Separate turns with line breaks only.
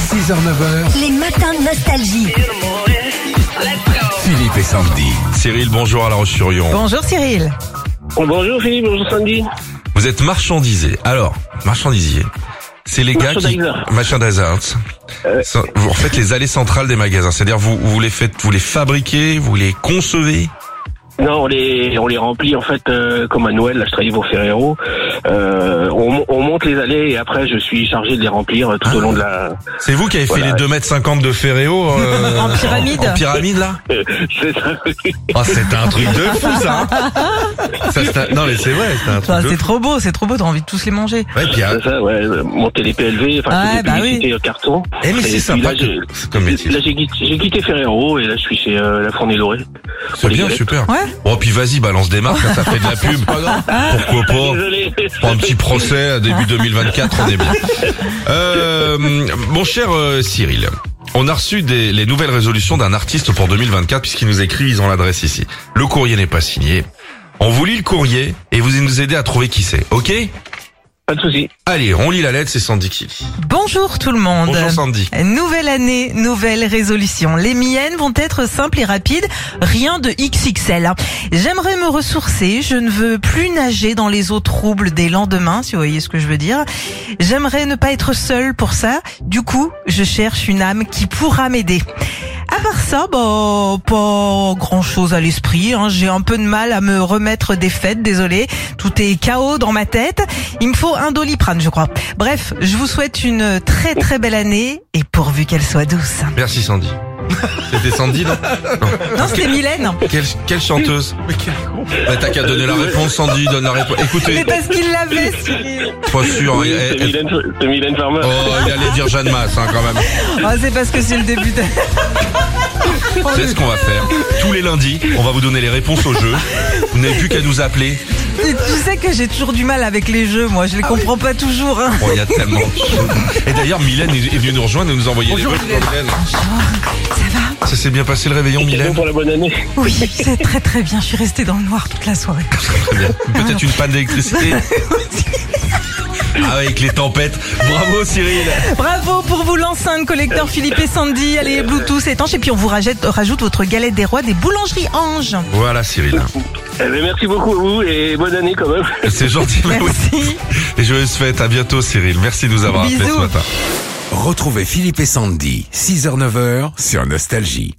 6h-9h,
Les matins de nostalgie.
Philippe et Sandy.
Cyril, bonjour à La Roche-sur-Yon.
Bonjour Cyril.
Oh, bonjour Philippe, bonjour Sandy.
Vous êtes marchandisé. Alors, marchandisier, c'est les gars qui...
Merchandiser.
Merchandiser. Ça- Vous refaites les allées centrales des magasins. C'est-à-dire, vous, vous les faites, vous les fabriquez, vous les concevez.
Non, on les, on les remplit en fait euh, comme à Noël, là je travaille au Ferrero. Euh, on, mo- on monte les allées et après je suis chargé de les remplir euh, tout au long de la...
C'est vous qui avez
Voilà.
fait les 2m50 de Ferréo euh,
En pyramide.
En, en pyramide, là
C'est ça.
Ah, c'est un truc de fou, ça, hein. Ça, c'est un- Non, mais c'est vrai, c'est un truc
Enfin,
de
Bah, c'est
fou.
trop beau, c'est trop beau, t'as envie de tous les manger.
Ouais, puis, ah,
C'est ça, ouais, euh, monter les PLV, enfin
Ouais,
c'est des
bah
publicités euh, carton.
eh, mais
Et
c'est
puis
sympa
là, j'ai-
que- comme métier.
Là j'ai quitté, j'ai quitté Ferrero et là je suis chez euh, la Fournée Lorée.
C'est bien, super.
Ouais.
Oh, puis vas-y, balance des marques, là, ça fait de la pub. Pourquoi pas
Désolé.
Pour un petit procès à début 2024, on est bien. Euh, mon cher euh, Cyril, on a reçu des, les nouvelles résolutions d'un artiste pour 2024 puisqu'il nous écrit, ils ont l'adresse ici. Le courrier n'est pas signé. On vous lit le courrier et vous nous aidez à trouver qui c'est, ok
Pas de soucis.
Allez, on lit la lettre, c'est Sandy qui lit.
Bonjour tout le monde.
Bonjour Sandy.
Nouvelle année, nouvelle résolution. Les miennes vont être simples et rapides, rien de XXL. hein. J'aimerais me ressourcer, je ne veux plus nager dans les eaux troubles des lendemains, si vous voyez ce que je veux dire. J'aimerais ne pas être seule pour ça, du coup, je cherche une âme qui pourra m'aider. À part ça, bah, pas grand chose à l'esprit. hein. J'ai un peu de mal à me remettre des fêtes, désolé. Tout est chaos dans ma tête. Il me faut un doliprane, je crois. Bref, je vous souhaite une très très belle année et pourvu qu'elle soit douce.
Merci Sandy. C'était Sandy, non
Non, c'était Mylène.
quelle, quelle chanteuse Bah, T'as qu'à donner la réponse, Sandy, donne la réponse.
Mais
Écoutez,
parce qu'il l'avait, Cyril.
pas sûr. hein,
Oui,
elle-
c'est
elle-
Mylène, c'est Mylène Farmer.
Oh, il allait dire Jeanne Masse, hein, quand même.
Oh, c'est parce que c'est le début de...
C'est ce qu'on va faire. Tous les lundis, on va vous donner les réponses au jeu. Vous n'avez plus qu'à nous appeler.
Et Tu sais que j'ai toujours du mal avec les jeux, moi. Je les comprends pas toujours. hein.
Oh, il y a tellement de choses. Et d'ailleurs, Mylène est venue nous rejoindre et nous envoyer les votes. Ça s'est bien passé le réveillon,
C'est bon
Mylène
pour la bonne année.
Oui, c'est très très bien. Je suis restée dans le noir toute la soirée.
Très bien. Peut-être une panne d'électricité Ah, Avec les tempêtes. Bravo, Cyril
Bravo pour vous l'enceinte collecteur Philippe et Sandy. Allez, Bluetooth étanche. Et puis on vous rajoute, rajoute votre galette des rois des boulangeries Ange.
Voilà, Cyril.
Eh ben, merci beaucoup à vous et bonne année quand même.
C'est gentil, mais oui.
Merci.
Et joyeuses fêtes. À bientôt, Cyril. Merci de nous avoir appelés ce
Bisous.
matin.
Retrouvez Philippe et Sandy, 6h-9h sur Nostalgie.